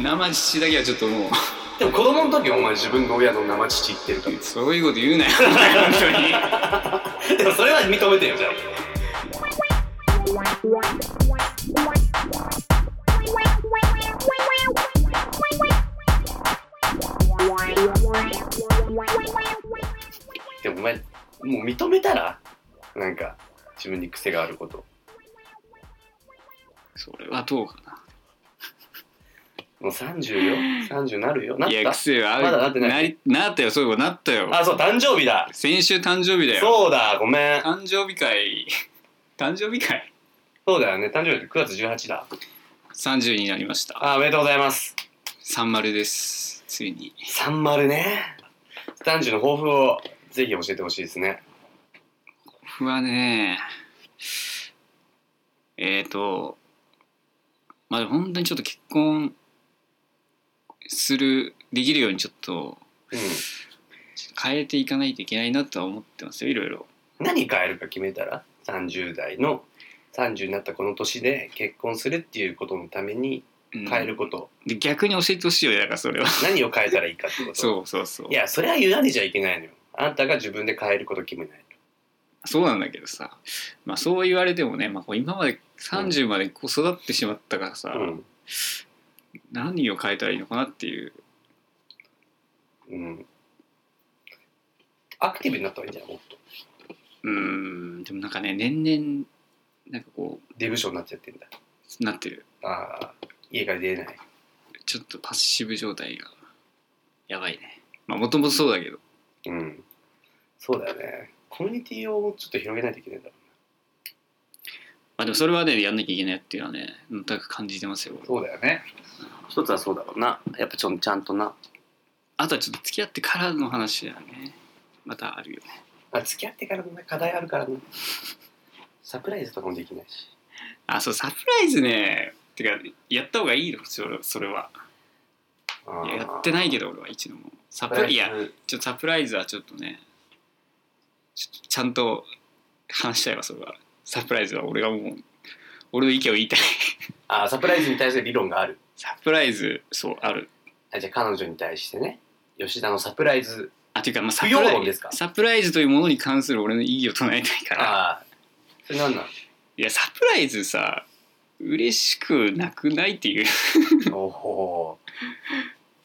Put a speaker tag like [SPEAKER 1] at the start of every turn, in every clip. [SPEAKER 1] 生父だけはちょっともう
[SPEAKER 2] でも子供の時お前自分の親の生父言ってるか
[SPEAKER 1] そういうこと言うなよ本当に
[SPEAKER 2] らでもそれは認めてよじゃあ
[SPEAKER 3] Wow.
[SPEAKER 2] でもお前もう認めたらなんか自分に癖があること
[SPEAKER 1] それはどうか
[SPEAKER 2] もう30よ30なるよな
[SPEAKER 1] な
[SPEAKER 2] っ
[SPEAKER 1] いや
[SPEAKER 2] た
[SPEAKER 1] 癖はある
[SPEAKER 2] まだなってない
[SPEAKER 1] りなったよそういえばなったよ
[SPEAKER 2] あそう誕生日だ
[SPEAKER 1] 先週誕生日だよ
[SPEAKER 2] そうだごめん
[SPEAKER 1] 誕生日会誕生日会
[SPEAKER 2] そうだよね誕生日って9月18だ
[SPEAKER 1] 30になりました
[SPEAKER 2] あおめでとうございます
[SPEAKER 1] 30ですついに
[SPEAKER 2] サンマルね男女の抱負をぜひ教えてほしいですね
[SPEAKER 1] 僕はねえっ、ー、とまあでも本当にちょっと結婚するできるようにちょっと
[SPEAKER 2] うん
[SPEAKER 1] 変えていかないといけないなとは思ってますよいろいろ
[SPEAKER 2] 何変えるか決めたら30代の30になったこの年で結婚するっていうことのために
[SPEAKER 1] うん
[SPEAKER 2] 変えること、
[SPEAKER 1] で逆に教えてほしいよねだからそれは
[SPEAKER 2] 何を変えたらいいかってこと
[SPEAKER 1] そうそうそう
[SPEAKER 2] いやそれは委ねちゃいけないのよあんたが自分で変えること決めない
[SPEAKER 1] そうなんだけどさ、まあ、そう言われてもね、まあ、こう今まで30までこう育ってしまったからさ、
[SPEAKER 2] とうん、
[SPEAKER 1] 何を変えたらいいのかなっていう
[SPEAKER 2] うん、アクティブになった方がいいんじゃないもっと
[SPEAKER 1] うーんでもなんかね年々なんかこ
[SPEAKER 2] デブ症になっちゃってんだ
[SPEAKER 1] うなってる
[SPEAKER 2] あー家から出れない
[SPEAKER 1] ちょっとパッシブ状態がやばいねまあもともとそうだけど
[SPEAKER 2] うんそうだよねコミュニティをちょっと広げないといけないんだ
[SPEAKER 1] まあでもそれはねやんなきゃいけないっていうのはね全く感じてますよ俺
[SPEAKER 2] そうだよね。一つはそうだろうな。やっぱちょんちゃんとな。
[SPEAKER 1] あとはちょっと付き合ってからの話だよねまたあるよね
[SPEAKER 2] あ付き合ってからのね課題あるからね。サプライズとかもできないし。
[SPEAKER 1] あそうサプライズねてかやった方がいいのそれそれは
[SPEAKER 2] あ
[SPEAKER 1] い
[SPEAKER 2] ー
[SPEAKER 1] ややってないけど俺は一度もサ
[SPEAKER 2] サ
[SPEAKER 1] プ
[SPEAKER 2] プラ
[SPEAKER 1] ラ
[SPEAKER 2] イ
[SPEAKER 1] い
[SPEAKER 2] ズ
[SPEAKER 1] やちょっとサプライズはちょっとねちょっとちゃんと話したいわそれはサプライズは俺がもう俺の意見を言い たい
[SPEAKER 2] あサプライズに対する理論がある。
[SPEAKER 1] サプライズそうある
[SPEAKER 2] あじゃあ彼女に対してね。吉田のサプライズ。
[SPEAKER 1] あていうかまあサ
[SPEAKER 2] 不
[SPEAKER 1] プラ
[SPEAKER 2] 要
[SPEAKER 1] イ
[SPEAKER 2] 論ですか
[SPEAKER 1] サプライズというものに関する俺の意義を唱えたいから
[SPEAKER 2] ああ。それなんな
[SPEAKER 1] い
[SPEAKER 2] ん
[SPEAKER 1] やサプライズさ嬉しくなくないっていう
[SPEAKER 2] おお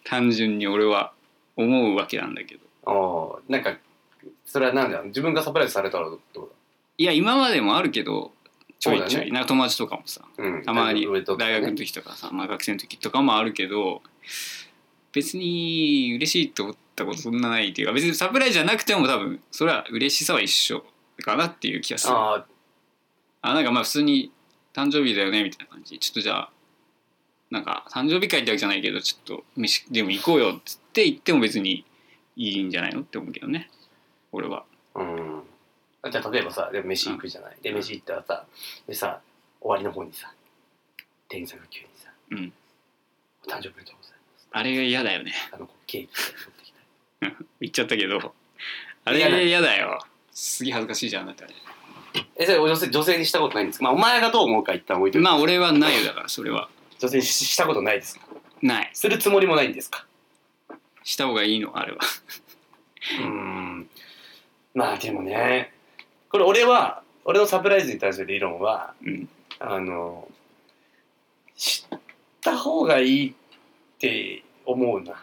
[SPEAKER 1] 単純に俺は思うわけなんだけど
[SPEAKER 2] ー。おおー。なんか、それはなんだよ。自分がサプライズされたらどうだ
[SPEAKER 1] いや今までもあるけどちょい
[SPEAKER 2] そ
[SPEAKER 1] ち
[SPEAKER 2] う
[SPEAKER 1] ょ
[SPEAKER 2] だ
[SPEAKER 1] い、
[SPEAKER 2] ね
[SPEAKER 1] なんか友達とかもさ
[SPEAKER 2] うん。
[SPEAKER 1] たまに
[SPEAKER 2] 上とかね
[SPEAKER 1] 大学の時とかさ、まあ、学生の時とかもあるけど別に嬉しいと思ったことそんなないっていうか別にサプライズじゃなくても多分それは嬉しさは一緒かなっていう気がするあ
[SPEAKER 2] あ
[SPEAKER 1] なんかまあ普通に誕生日だよねみたいな感じちょっとじゃあなんか誕生日会ってわけじゃないけどちょっと飯でも行こうよっつって言っても別にいいんじゃないのって思うけどね俺は
[SPEAKER 2] あ。うん。じゃあ例えばさ、でも飯行くじゃない。で、飯行ったらさ、でさ、終わりの方にさ、店員さんが急にさ、
[SPEAKER 1] うん
[SPEAKER 2] お誕生日おめでとうございます。
[SPEAKER 1] あれが嫌だよね
[SPEAKER 2] あのケーキ持ってきた。
[SPEAKER 1] 言っちゃったけどあれ
[SPEAKER 2] 嫌な
[SPEAKER 1] が
[SPEAKER 2] の
[SPEAKER 1] 嫌だよすげえ恥ずかしいじゃんだってあれ
[SPEAKER 2] え、それ女性女性にしたことないんですかまあ、お前がどう思うか一旦置いて、
[SPEAKER 1] まあ俺はないよだからそれは
[SPEAKER 2] 女性にししたことないですか
[SPEAKER 1] ない
[SPEAKER 2] するつもりもないんですか
[SPEAKER 1] した方がいいのあれは
[SPEAKER 2] うーん。まあ、でもね、これ俺は、俺のサプライズに対する理論は、
[SPEAKER 1] うん
[SPEAKER 2] あの、知った方がいいって思うな。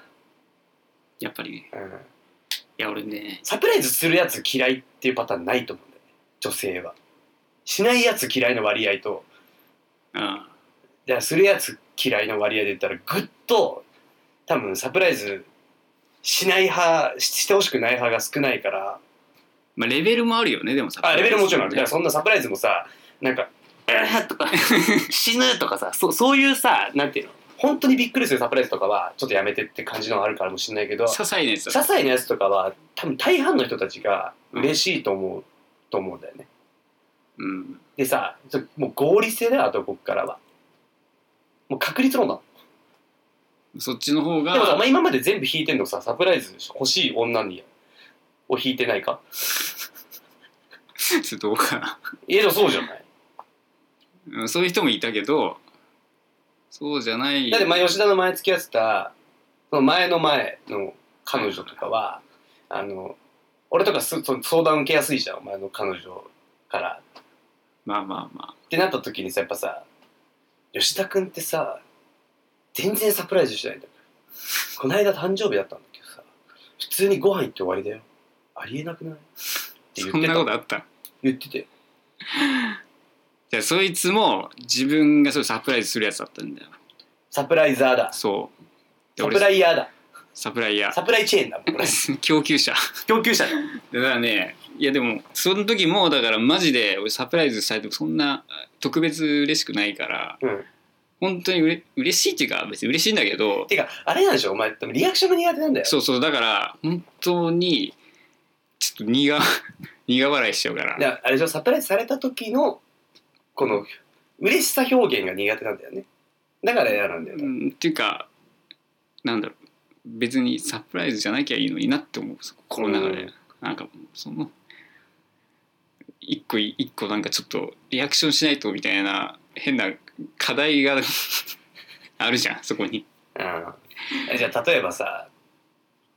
[SPEAKER 1] やっぱりね
[SPEAKER 2] うん。
[SPEAKER 1] いや俺ね
[SPEAKER 2] サプライズするやつ嫌いっていうパターンないと思うんだよね。女性は。しないやつ嫌いの割合と、
[SPEAKER 1] うん
[SPEAKER 2] じゃあするやつ嫌いの割合で言ったらぐっと多分サプライズしない派ししてほしくない派が少ないから
[SPEAKER 1] まあレベルもあるよねでもさ
[SPEAKER 2] あレベルもちろんある
[SPEAKER 1] ね
[SPEAKER 2] だからそんなサプライズもさなんか「えーとか「 死ぬ」とかさそそういうさなんていうの本当にびっくりするサプライズとかはちょっとやめてって感じのがあるからもしれないけど
[SPEAKER 1] 些細なやつ
[SPEAKER 2] 些
[SPEAKER 1] だ
[SPEAKER 2] 細なやつとかは多分大半の人たちが嬉しいと思う、と思うんだよね
[SPEAKER 1] うん
[SPEAKER 2] でさちょもう合理性だよあとこっからはもう確率論だ
[SPEAKER 1] そっちの方が
[SPEAKER 2] でもさ、お前今まで全部弾いてんのさ、サプライズ欲しい女にを弾いてないか
[SPEAKER 1] ちょっとどうかない
[SPEAKER 2] や、でもそうじゃない。
[SPEAKER 1] うんそういう人もいたけどそうじゃない
[SPEAKER 2] だってまあ吉田の前付き合ってたその前の前の彼女とかはあの俺とかすそ相談受けやすいじゃんお前の彼女から。
[SPEAKER 1] まあまあまあ
[SPEAKER 2] ってなった時にさやっぱさ吉田君ってさ全然サプライズしないんだよこの間誕生日だったんだけどさ普通にご飯行って終わりだよありえなくないって言っ
[SPEAKER 1] そ
[SPEAKER 2] て
[SPEAKER 1] んな
[SPEAKER 2] た
[SPEAKER 1] ことあった
[SPEAKER 2] 言ってて
[SPEAKER 1] じゃあそいつも自分がそうサプライズするやつだったんだよ
[SPEAKER 2] サプライザーだ
[SPEAKER 1] そうで
[SPEAKER 2] サ
[SPEAKER 1] 俺
[SPEAKER 2] プライヤーだ
[SPEAKER 1] サプライヤー
[SPEAKER 2] サプライチェーンだもんこれ
[SPEAKER 1] 供給者
[SPEAKER 2] 供給者だ
[SPEAKER 1] だからねいやでもその時もだからマジで俺サプライズされてもそんな特別嬉しくないから
[SPEAKER 2] うん
[SPEAKER 1] 本当にうれ嬉しいっていうか別に嬉しいんだけど
[SPEAKER 2] てかあれなんでしょお前でもリアクションが苦手なんだよ
[SPEAKER 1] そうそうだから本当にちょっと苦苦笑いしちゃうから
[SPEAKER 2] だからあれでしょサプライズされた時のこの嬉しさ表現が苦手なんだよねだから嫌なんだよ、
[SPEAKER 1] うんっていうかなんだろう別にサプライズじゃなきゃいいのになって思うコロナ禍で、
[SPEAKER 2] うん
[SPEAKER 1] なんかその一個い一個なんかちょっとリアクションしないとみたいな変な課題が あるじゃんそこに
[SPEAKER 2] うんじゃあ例えばさ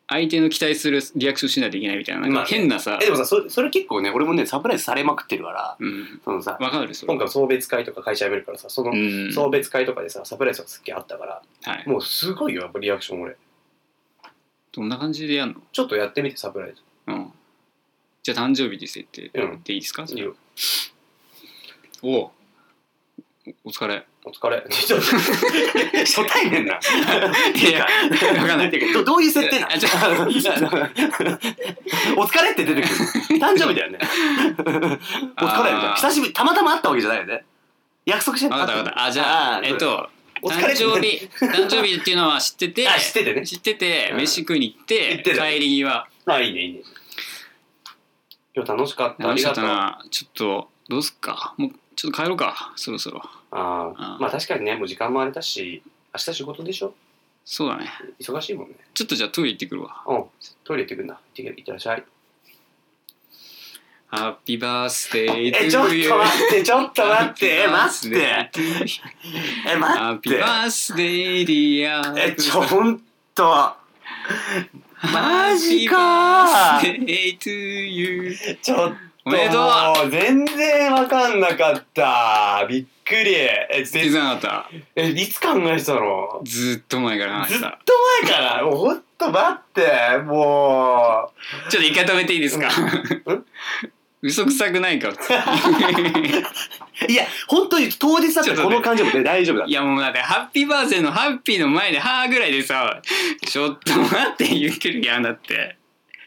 [SPEAKER 1] 相手の期待するリアクションしないといけないみたいななん
[SPEAKER 2] まあ
[SPEAKER 1] か
[SPEAKER 2] ね
[SPEAKER 1] 変なさ、
[SPEAKER 2] えでもさそれそれ結構ね俺もねサプライズされまくってるから
[SPEAKER 1] うん
[SPEAKER 2] そのさ
[SPEAKER 1] わかるそれ
[SPEAKER 2] 今回も送別会とか会社辞めるからさその
[SPEAKER 1] うん
[SPEAKER 2] 送別会とかでさサプライズがすっげえあったから
[SPEAKER 1] はい
[SPEAKER 2] もうすごいよやっぱリアクション俺
[SPEAKER 1] どんな感じでやるの
[SPEAKER 2] ちょっとやってみてサプライズ
[SPEAKER 1] うんじゃあ誕生日で設定
[SPEAKER 2] うん
[SPEAKER 1] でいいですか、
[SPEAKER 2] いいよ
[SPEAKER 1] おうお疲れ
[SPEAKER 2] お疲れ ちょっと初対面な
[SPEAKER 1] いや
[SPEAKER 2] て
[SPEAKER 1] わかんない
[SPEAKER 2] てどどういう設定な
[SPEAKER 1] あちょ
[SPEAKER 2] のお疲れって出てくる誕生日 だよねお疲れみたいな
[SPEAKER 1] あー
[SPEAKER 2] 久しぶりたまたま会ったわけじゃないよね約束して
[SPEAKER 1] わかったわかった。あ、じゃあ、えっと、
[SPEAKER 2] お疲
[SPEAKER 1] 誕
[SPEAKER 2] れって
[SPEAKER 1] 生日、誕生日っていうのは知ってて、
[SPEAKER 2] あ知っててね
[SPEAKER 1] 知ってて
[SPEAKER 2] うん
[SPEAKER 1] 飯食いに行っ
[SPEAKER 2] 行
[SPEAKER 1] て
[SPEAKER 2] っ、てた
[SPEAKER 1] 帰り際、
[SPEAKER 2] あ、いいね、いいね。今日楽しかった。あ
[SPEAKER 1] 楽
[SPEAKER 2] り
[SPEAKER 1] しか
[SPEAKER 2] が
[SPEAKER 1] っ
[SPEAKER 2] と
[SPEAKER 1] た
[SPEAKER 2] う。あ
[SPEAKER 1] な。ちょっと、どうすっか。もう、ちょっと帰ろうか。そろそろ。う、ん
[SPEAKER 2] あまあ確かにね、もう時間もあれだし、明日仕事でしょ
[SPEAKER 1] そうだね。
[SPEAKER 2] 忙しいもんね。
[SPEAKER 1] ちょっとじゃあトイレ行ってくるわ。
[SPEAKER 2] うん。トイレ行ってくんな。行ってけ行ってらっしゃい。
[SPEAKER 1] ハッピーバースデー
[SPEAKER 2] え、ちょっと待って、ちょっと待って、え、待って。。え、
[SPEAKER 1] ハ
[SPEAKER 2] 待
[SPEAKER 1] ッ
[SPEAKER 2] っ
[SPEAKER 1] ピー
[SPEAKER 2] て。
[SPEAKER 1] バースデーディア。
[SPEAKER 2] え、ちょ、ほんと。マジ
[SPEAKER 1] ハ
[SPEAKER 2] か
[SPEAKER 1] ッピーバースデートゥーユー。
[SPEAKER 2] ちょっ
[SPEAKER 1] おめでとう
[SPEAKER 2] と、全然わかんなかった。びっくり。え、
[SPEAKER 1] 気づ
[SPEAKER 2] ぜ
[SPEAKER 1] かなかっ
[SPEAKER 2] えいつ考えてたの
[SPEAKER 1] た。ずっと前から話し
[SPEAKER 2] ずっと
[SPEAKER 1] た。
[SPEAKER 2] 前から、もうほんと待って、も
[SPEAKER 1] ちょっと一回止めていいですか
[SPEAKER 2] うん。
[SPEAKER 1] 嘘くさくない か。
[SPEAKER 2] う。いや、本当に当日だったらこの感じもね、大丈夫だ
[SPEAKER 1] い。やもうだってハッピーバースデーのハッピーの前でハーぐらいでさ、ちょっと待って言ってるやんだって。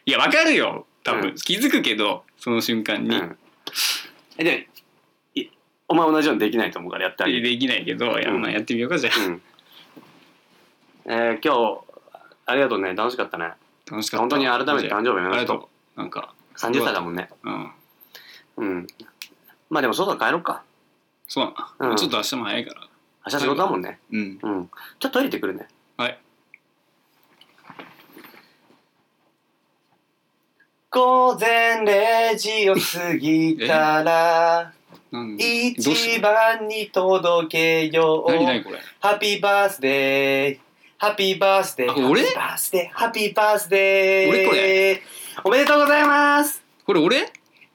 [SPEAKER 1] いやわかるよ。多分、
[SPEAKER 2] うん
[SPEAKER 1] 気づくけどその瞬間に、
[SPEAKER 2] うんえで、いお前同じようにできないと思うからやってあ げる。
[SPEAKER 1] できないけど、いや
[SPEAKER 2] うん
[SPEAKER 1] まあやってみようかじゃあ。
[SPEAKER 2] うん。えー今日、ありがとうね。楽しかったね。
[SPEAKER 1] 楽しかった。
[SPEAKER 2] 本当に改めて誕生日おめ
[SPEAKER 1] あり
[SPEAKER 2] で
[SPEAKER 1] が
[SPEAKER 2] とう
[SPEAKER 1] と。う。なんか
[SPEAKER 2] 30歳だもんね。
[SPEAKER 1] うん。
[SPEAKER 2] うん。まあでも、そろそろ帰ろうか。
[SPEAKER 1] そうだな、
[SPEAKER 2] うん
[SPEAKER 1] ちょっと明日も早いから。
[SPEAKER 2] 明日仕事だもんね。
[SPEAKER 1] うん。
[SPEAKER 2] うん。ちょっとトイレ行ってくるね。
[SPEAKER 1] はい。
[SPEAKER 2] 午前0時を過ぎたら
[SPEAKER 1] なんどうし
[SPEAKER 2] 一
[SPEAKER 1] た
[SPEAKER 2] 番に届けよう
[SPEAKER 1] 何何これ。
[SPEAKER 2] ハッピーバースデーハッピーバースデー
[SPEAKER 1] あ俺
[SPEAKER 2] ハッピーバースデーハッピーバースデー
[SPEAKER 1] 俺こ
[SPEAKER 2] れおめでとうございます
[SPEAKER 1] これ俺？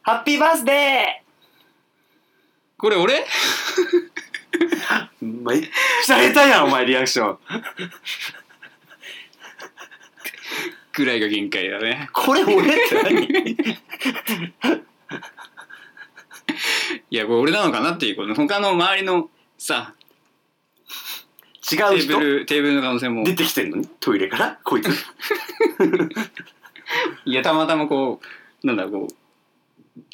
[SPEAKER 2] ハッピーバースデ
[SPEAKER 1] これ俺？
[SPEAKER 2] ーめっちゃ下手やんお前リアクション
[SPEAKER 1] ぐらいが限界だね。
[SPEAKER 2] これ俺って何
[SPEAKER 1] いやこれ俺なのかなっていうこの他の周りのさテ
[SPEAKER 2] 違う
[SPEAKER 1] ーブ
[SPEAKER 2] 人
[SPEAKER 1] ルテーブルの可能性も
[SPEAKER 2] 出てきてんのにトイレからこいつ
[SPEAKER 1] いやたまたまこうなんだこう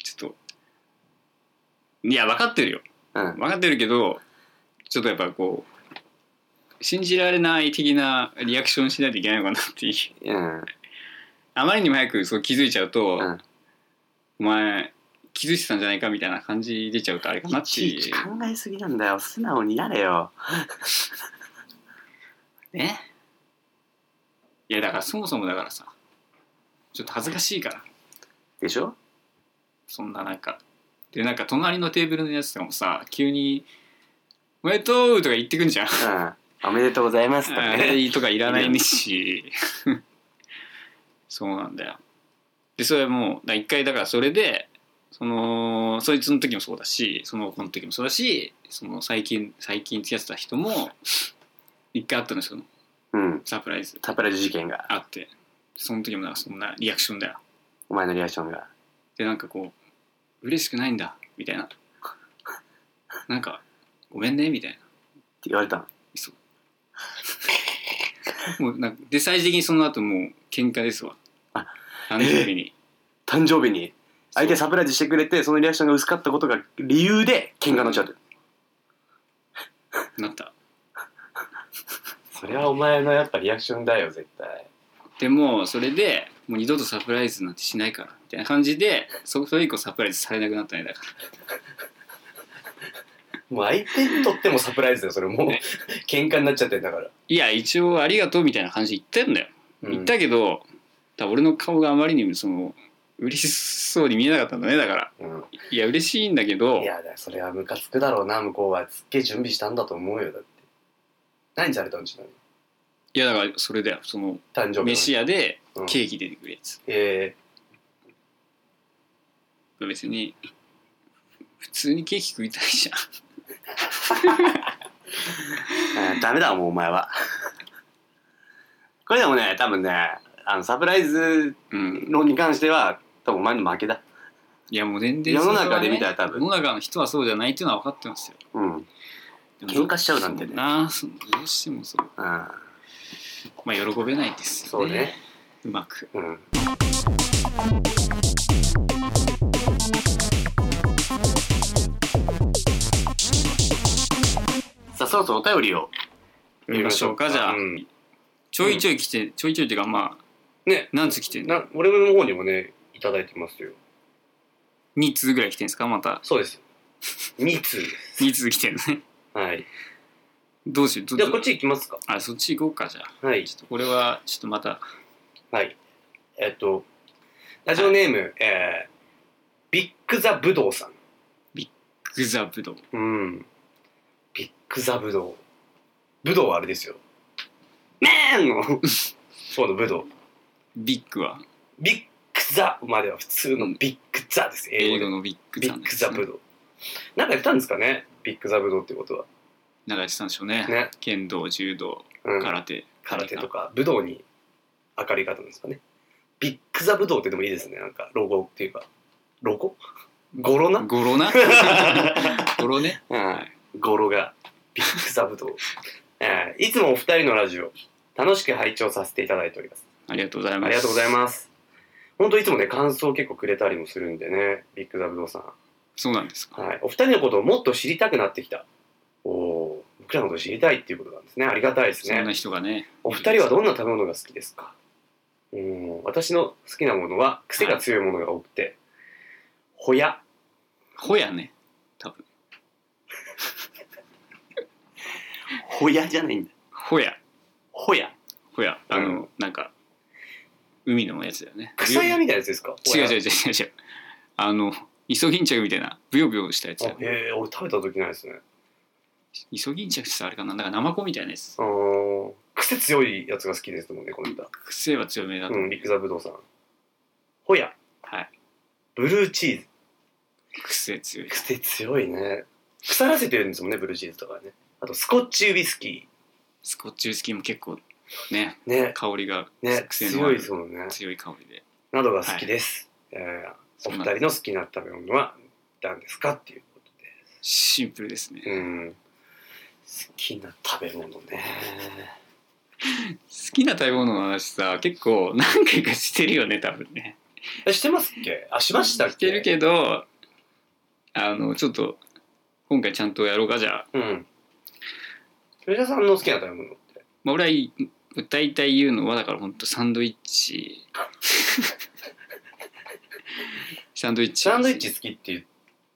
[SPEAKER 1] ちょっといや分かってるよ
[SPEAKER 2] うん
[SPEAKER 1] 分かってるけどちょっとやっぱこう信じられない的なリアクションしないといけないのかなっていう
[SPEAKER 2] うん
[SPEAKER 1] あまりにも早くそう気づいちゃうと、
[SPEAKER 2] うん
[SPEAKER 1] お前気づいてたんじゃないかみたいな感じ出ちゃうとあれかないってい
[SPEAKER 2] ち
[SPEAKER 1] う
[SPEAKER 2] いち考えすぎなんだよ素直になれよ
[SPEAKER 1] ねいやだからそもそもだからさちょっと恥ずかしいから
[SPEAKER 2] でしょ
[SPEAKER 1] そんななんかでなんか隣のテーブルのやつとかもさ急におめでとうとか言ってくんじゃん。
[SPEAKER 2] うん。おめでとうございますとか
[SPEAKER 1] あ
[SPEAKER 2] ね。
[SPEAKER 1] れとかいらないし そうなんだよでそれはもうだ一回だからそれでそのそいつの時もそうだしその子の時もそうだしその最近最近付き合ってた人も一回あったんですよ
[SPEAKER 2] うん。
[SPEAKER 1] サプライズ
[SPEAKER 2] サプライズ事件が、
[SPEAKER 1] あってその時もなんかそんなリアクションだよ
[SPEAKER 2] お前のリアクションが。
[SPEAKER 1] でなんかこう嬉しくないんだみたいななんかごめんねみたいな
[SPEAKER 2] って言われたの。
[SPEAKER 1] もうなんかで最終的にその後もう喧嘩ですわ
[SPEAKER 2] あ
[SPEAKER 1] 誕生日に
[SPEAKER 2] 誕生日に、相手サプライズしてくれて、そのリアクションが薄かったことが理由で、喧嘩になっちゃうと。
[SPEAKER 1] なった
[SPEAKER 2] それはお前のやっぱリアクションだよ、絶対。
[SPEAKER 1] でもうそれでもう二度とサプライズなんてしないからみたいな感じでそそれ以降サプライズされなくなったねだか
[SPEAKER 2] もう相手にとってもサプライズだよ、それもう
[SPEAKER 1] ね。
[SPEAKER 2] 喧嘩になっちゃってんだから。
[SPEAKER 1] らいや一応ありがとうみたいな感じで言ったんだよ、
[SPEAKER 2] うん
[SPEAKER 1] 言ったけど多分俺の顔があまりにもその嬉しそうに見えなかったんだねだから
[SPEAKER 2] うん。
[SPEAKER 1] いや嬉しいんだけど
[SPEAKER 2] いやだからそれはムカつくだろうな向こうはすっげえ準備したんだと思うよだって何されたんちなみに
[SPEAKER 1] いやだからそれだよその
[SPEAKER 2] 誕生日
[SPEAKER 1] 飯屋で
[SPEAKER 2] うん
[SPEAKER 1] ケーキ出てくるやつ、
[SPEAKER 2] え
[SPEAKER 1] 別に普通にケーキ食いたいじゃん
[SPEAKER 2] ー、ダメだもうお前は これでもね多分ねあのサプライズ
[SPEAKER 1] うん、
[SPEAKER 2] 論に関しては多分お前の負けだ
[SPEAKER 1] いやもう全然
[SPEAKER 2] 世の
[SPEAKER 1] それは
[SPEAKER 2] 中
[SPEAKER 1] ね
[SPEAKER 2] で見たら多
[SPEAKER 1] 世
[SPEAKER 2] 分
[SPEAKER 1] の中の人はそうじゃないっていうのは分かってますよ
[SPEAKER 2] うん、うん、
[SPEAKER 1] でも
[SPEAKER 2] 喧嘩しちゃうなんてね
[SPEAKER 1] そなそのどうしてもそうまあ喜べないです
[SPEAKER 2] そ
[SPEAKER 1] よ
[SPEAKER 2] う
[SPEAKER 1] ね
[SPEAKER 2] ね
[SPEAKER 1] うまく
[SPEAKER 2] うんさあそろそろお便りを
[SPEAKER 1] 見ましょうかじゃあ、
[SPEAKER 2] うん
[SPEAKER 1] ちょいちょい来て、ちょいちょいっていうかまあ
[SPEAKER 2] ね
[SPEAKER 1] 何通来てんの
[SPEAKER 2] な俺の方にもねいただいてますよ
[SPEAKER 1] 2通ぐらい来てんですかまた
[SPEAKER 2] そう です2通
[SPEAKER 1] 2通来てんのね
[SPEAKER 2] はい
[SPEAKER 1] どうしようど
[SPEAKER 2] じゃあこっち行きますか
[SPEAKER 1] あそっち行こうかじゃあ
[SPEAKER 2] はい
[SPEAKER 1] ちょっとこれはちょっとまた
[SPEAKER 2] はいえっとラジオネーム、えービッグザブドウさん
[SPEAKER 1] グザブドウ
[SPEAKER 2] うんビッグザブドウブドウはあれですよメーンの方のブドウ
[SPEAKER 1] ビッグは
[SPEAKER 2] ビッグザまでは普通のビッグザです英
[SPEAKER 1] 英
[SPEAKER 2] 語
[SPEAKER 1] 語
[SPEAKER 2] で
[SPEAKER 1] のビッグ
[SPEAKER 2] ビ
[SPEAKER 1] ザ
[SPEAKER 2] ッ
[SPEAKER 1] なん
[SPEAKER 2] グ
[SPEAKER 1] で
[SPEAKER 2] ザ
[SPEAKER 1] すね
[SPEAKER 2] ブドウなんかやったんですかねビッグザブドウってことは
[SPEAKER 1] なんかやってたんでしょうね
[SPEAKER 2] ね、
[SPEAKER 1] 剣道柔道
[SPEAKER 2] うん、
[SPEAKER 1] 空手、
[SPEAKER 2] 空手とか武道に明るい方なんですかねビッグザ武道ってでもいいですねなんかロゴっていうかロゴ語呂な、
[SPEAKER 1] ゴロ なゴロね
[SPEAKER 2] うん、語呂がビッグザ武道、えーいつもお二人のラジオ楽しく拝聴させていただいております
[SPEAKER 1] ありがとうございます
[SPEAKER 2] ありがとうございます本当いつもね感想を結構くれたりもするんでねビッグザ武道さん
[SPEAKER 1] そうなんですか
[SPEAKER 2] はい、お二人のことをもっと知りたくなってきたおおー僕らのこと知りたいっていうことなんですねありがたいです
[SPEAKER 1] そ
[SPEAKER 2] ね
[SPEAKER 1] んな人がね
[SPEAKER 2] お二人はどんな食べ物が好きですかうん私の好きなものは癖が強いものが多くて、ほや
[SPEAKER 1] ほやね
[SPEAKER 2] ほやじゃないんだ
[SPEAKER 1] ほや
[SPEAKER 2] ほや
[SPEAKER 1] ほやあの、
[SPEAKER 2] う
[SPEAKER 1] なんか海のやつだよね
[SPEAKER 2] 草屋みたいなやつですか
[SPEAKER 1] 違う違う違う違
[SPEAKER 2] う
[SPEAKER 1] う違うあのイソギンチャクみたいなブヨブヨしたやつだよね
[SPEAKER 2] え俺食べた時ないですね
[SPEAKER 1] イソギンチャクってあれかななんかナマコみたいなやつ
[SPEAKER 2] あー癖強いやつが好きですもんねこの人
[SPEAKER 1] 癖は強めだと、
[SPEAKER 2] うんビッグザブドウさんほや
[SPEAKER 1] はい
[SPEAKER 2] ブルーチーズ
[SPEAKER 1] 癖強い
[SPEAKER 2] 癖強いね腐らせてるんですもんねブルーチーズとかねあとスコッチウイスキ
[SPEAKER 1] スコッチウイスキーも結構ね
[SPEAKER 2] ーね
[SPEAKER 1] 香りが
[SPEAKER 2] ね
[SPEAKER 1] 癖のあ
[SPEAKER 2] 強い
[SPEAKER 1] る
[SPEAKER 2] ですもんね
[SPEAKER 1] 強い香りで
[SPEAKER 2] などが好きです、えーお二人の好きな食べ物は何ですかっていうこ
[SPEAKER 1] シンプルですね
[SPEAKER 2] とでうん好きな食べ物ね
[SPEAKER 1] 好きな食べ物の話さ結構何回かしてるよね多分ね
[SPEAKER 2] えしてますっけあしましたっけ
[SPEAKER 1] してるけどあのちょっと今回ちゃんとやろうかじゃあ
[SPEAKER 2] うん吉田さんの好きな食べ物って
[SPEAKER 1] まあ、俺はい大体言うのはだから本当サンドイッ チサンドイッチ
[SPEAKER 2] サンドイッチ好きって言っ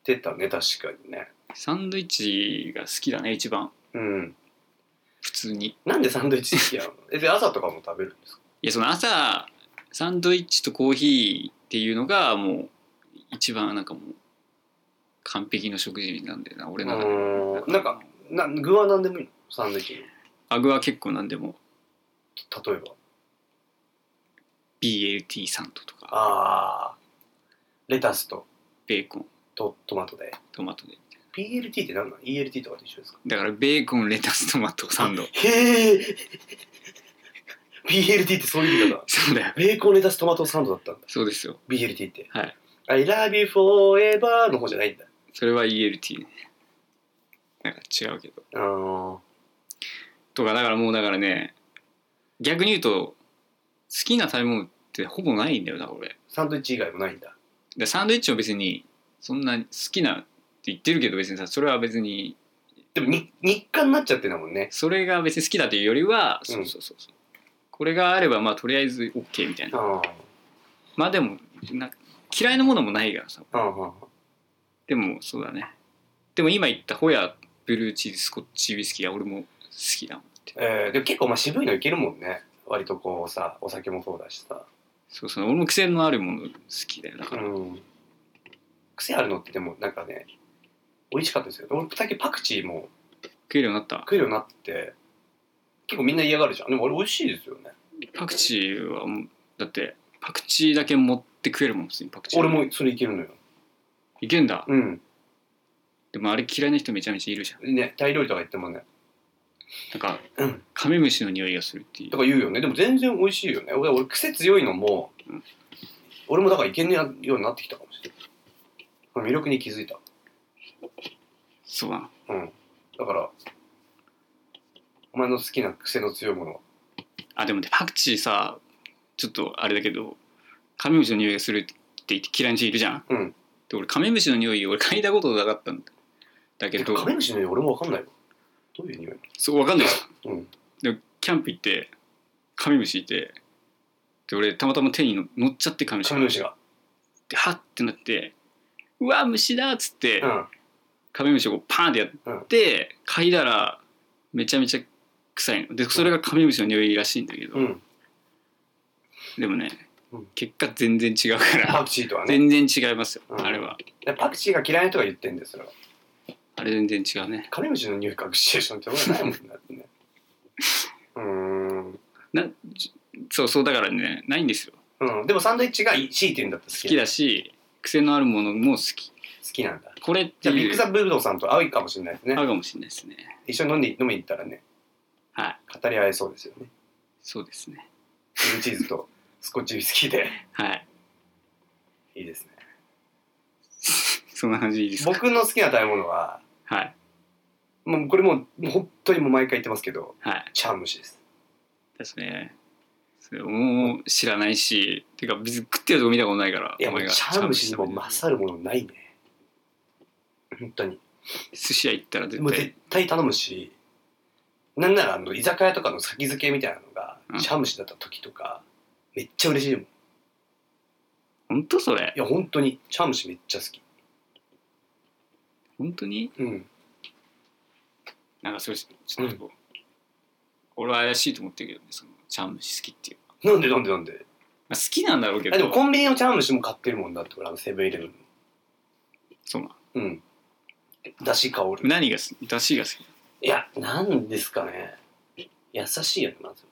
[SPEAKER 2] てたね確かにね
[SPEAKER 1] サンドイッチが好きだね一番
[SPEAKER 2] うん
[SPEAKER 1] 普通に
[SPEAKER 2] なんでサンドイッチ好きやの えで朝とかも食べるんですか
[SPEAKER 1] いやその朝サンドイッチとコーヒーっていうのがもう一番なんかもう完璧の食事なんだよな俺の中で
[SPEAKER 2] うーんなんかな具は何でもいいのサンドイッチ
[SPEAKER 1] アグは結構何でも
[SPEAKER 2] の例えば
[SPEAKER 1] BLT サンドとか
[SPEAKER 2] ああレタスと
[SPEAKER 1] ベーコン
[SPEAKER 2] とトマトで
[SPEAKER 1] トマトで
[SPEAKER 2] PLT って何なの ?ELT とかと一緒ですか
[SPEAKER 1] だからベーコンレタストマトサンド
[SPEAKER 2] へ え BLT ってそういう意味だな
[SPEAKER 1] そうだよ
[SPEAKER 2] ベーコンレタストマトサンドだったんだ
[SPEAKER 1] そうですよ
[SPEAKER 2] BLT って
[SPEAKER 1] は
[SPEAKER 2] 「I love you forever」の方じゃないんだ
[SPEAKER 1] それは ELT ねなんか違うけど
[SPEAKER 2] あー
[SPEAKER 1] とかだからもうだからね逆に言うと好きな食べ物ってほぼないんだよな俺
[SPEAKER 2] サンドイッチ以外もないんだ
[SPEAKER 1] でサンドイッチも別にそんなに好きなって言ってるけど別にさそれは別に
[SPEAKER 2] でもに日課になっちゃってんだもんね
[SPEAKER 1] それが別に好きだというよりは、
[SPEAKER 2] うん
[SPEAKER 1] そうそうそうそうこれがあればまあとりあえず OK みたいな
[SPEAKER 2] あ
[SPEAKER 1] まあでもなんか嫌いなものもないからさ
[SPEAKER 2] ああ
[SPEAKER 1] でもそうだねでも今言ったホヤブルーチーズスコッチウイスキーは俺も好きだもんって
[SPEAKER 2] えー、でも結構まあ渋いのいけるもんね割とこうさお酒もそうだしさ
[SPEAKER 1] そうそう俺も癖のあるもの好きだよだ
[SPEAKER 2] う
[SPEAKER 1] から、
[SPEAKER 2] ん癖あるのってでもなんかね美味しかったですよ俺最近パクチーも
[SPEAKER 1] 食えるようになった
[SPEAKER 2] 食えるようになって結構みんな嫌がるじゃんでもあれ美味しいですよね
[SPEAKER 1] パクチーはもうだってパクチーだけ持って食えるもん普通にパクチー
[SPEAKER 2] 俺もそれいけるのよ
[SPEAKER 1] いけんだ
[SPEAKER 2] うん
[SPEAKER 1] でもあれ嫌いな人めちゃめちゃいるじゃん
[SPEAKER 2] ねタイ料理とか言ってもね
[SPEAKER 1] なんか
[SPEAKER 2] うん
[SPEAKER 1] カメムシの匂いがするっていう
[SPEAKER 2] とか言うよねでも全然美味しいよね俺俺癖強いのも、
[SPEAKER 1] うん
[SPEAKER 2] 俺もだからいけねえようになってきたかもしれない魅力に気づいた
[SPEAKER 1] そうだな
[SPEAKER 2] うんだからお前の好きな癖の強いものは
[SPEAKER 1] あでもねパクチーさちょっとあれだけどカメムシの匂いがするって言って嫌いな人いるじゃん、
[SPEAKER 2] うん
[SPEAKER 1] で俺カメムシの匂い俺嗅いだことなかったんだだけ
[SPEAKER 2] え
[SPEAKER 1] ど
[SPEAKER 2] カメムシの匂い俺もわかんないよどういう匂い
[SPEAKER 1] そうわかんない
[SPEAKER 2] うん
[SPEAKER 1] でもキャンプ行ってカメムシいてで俺たまたま手にの乗っちゃってカメムシ
[SPEAKER 2] カ
[SPEAKER 1] が
[SPEAKER 2] メムシが
[SPEAKER 1] でハッてなって「うわ虫だ!」っつって、
[SPEAKER 2] うん
[SPEAKER 1] カメムシをこうパーンってやって、嗅いだらめちゃめちゃ臭いのでそれがカメムシの匂いらしいんだけど、
[SPEAKER 2] うん
[SPEAKER 1] でもね、
[SPEAKER 2] うん
[SPEAKER 1] 結果全然違うから
[SPEAKER 2] パクチーとはね
[SPEAKER 1] 全然違いますよ、
[SPEAKER 2] うん
[SPEAKER 1] あれは
[SPEAKER 2] パクチーが嫌いな人が言ってんですよ
[SPEAKER 1] あれ全然違うね
[SPEAKER 2] カメムシの匂い隠してる人って俺ないもんだってねうーん
[SPEAKER 1] なじそうそうだからねないんですよ
[SPEAKER 2] うん、でもサンドイッチがいい強いて言うんだったら
[SPEAKER 1] 好
[SPEAKER 2] 好き
[SPEAKER 1] き
[SPEAKER 2] だ
[SPEAKER 1] だし癖のあるものも好き
[SPEAKER 2] 好きなんだ
[SPEAKER 1] これって
[SPEAKER 2] じゃあビッ
[SPEAKER 1] い
[SPEAKER 2] グ
[SPEAKER 1] う
[SPEAKER 2] ザブルドーさんと合うかもしれないですね
[SPEAKER 1] あるかもしれないですね
[SPEAKER 2] 一緒に飲んで飲みに行ったらね
[SPEAKER 1] はい
[SPEAKER 2] 語り合えそうですよね
[SPEAKER 1] そうですね
[SPEAKER 2] ブルーチーズとスコッチウイスキーで
[SPEAKER 1] はい
[SPEAKER 2] いいですね
[SPEAKER 1] そんな感じいいですか
[SPEAKER 2] 僕の好きな食べ物は
[SPEAKER 1] はい
[SPEAKER 2] もうこれもうもう本当にもう毎回言ってますけど
[SPEAKER 1] はい
[SPEAKER 2] 茶蒸しです
[SPEAKER 1] ですねそれもう知らないしてか別に食ってるとこ見たことないから
[SPEAKER 2] いや
[SPEAKER 1] お
[SPEAKER 2] も
[SPEAKER 1] 前
[SPEAKER 2] う
[SPEAKER 1] が
[SPEAKER 2] 茶蒸しにも
[SPEAKER 1] 茶碗蒸
[SPEAKER 2] 勝るものないね本当に
[SPEAKER 1] 寿司屋行ったら絶
[SPEAKER 2] もう
[SPEAKER 1] 対
[SPEAKER 2] 絶対頼むしなんならあの居酒屋とかの先付けみたいなのが
[SPEAKER 1] うん
[SPEAKER 2] 茶蒸しだった時とかめっちゃ嬉しいもんい
[SPEAKER 1] 本当それ
[SPEAKER 2] や本当に茶蒸しめっちゃ好き
[SPEAKER 1] 本当に
[SPEAKER 2] うん
[SPEAKER 1] なんかそれちょっとこう、俺は怪しいと思ってるけどねその茶碗蒸し好きっていう、
[SPEAKER 2] なんでなんでなんで
[SPEAKER 1] まあ、好きなんだろうけ
[SPEAKER 2] あ
[SPEAKER 1] ど
[SPEAKER 2] でもコンビニの茶蒸しも買ってるもんだって俺あのセブンイレブン
[SPEAKER 1] そうな
[SPEAKER 2] うんだし香る
[SPEAKER 1] 何がす出汁が好き
[SPEAKER 2] いやなんですかね優しいよねまず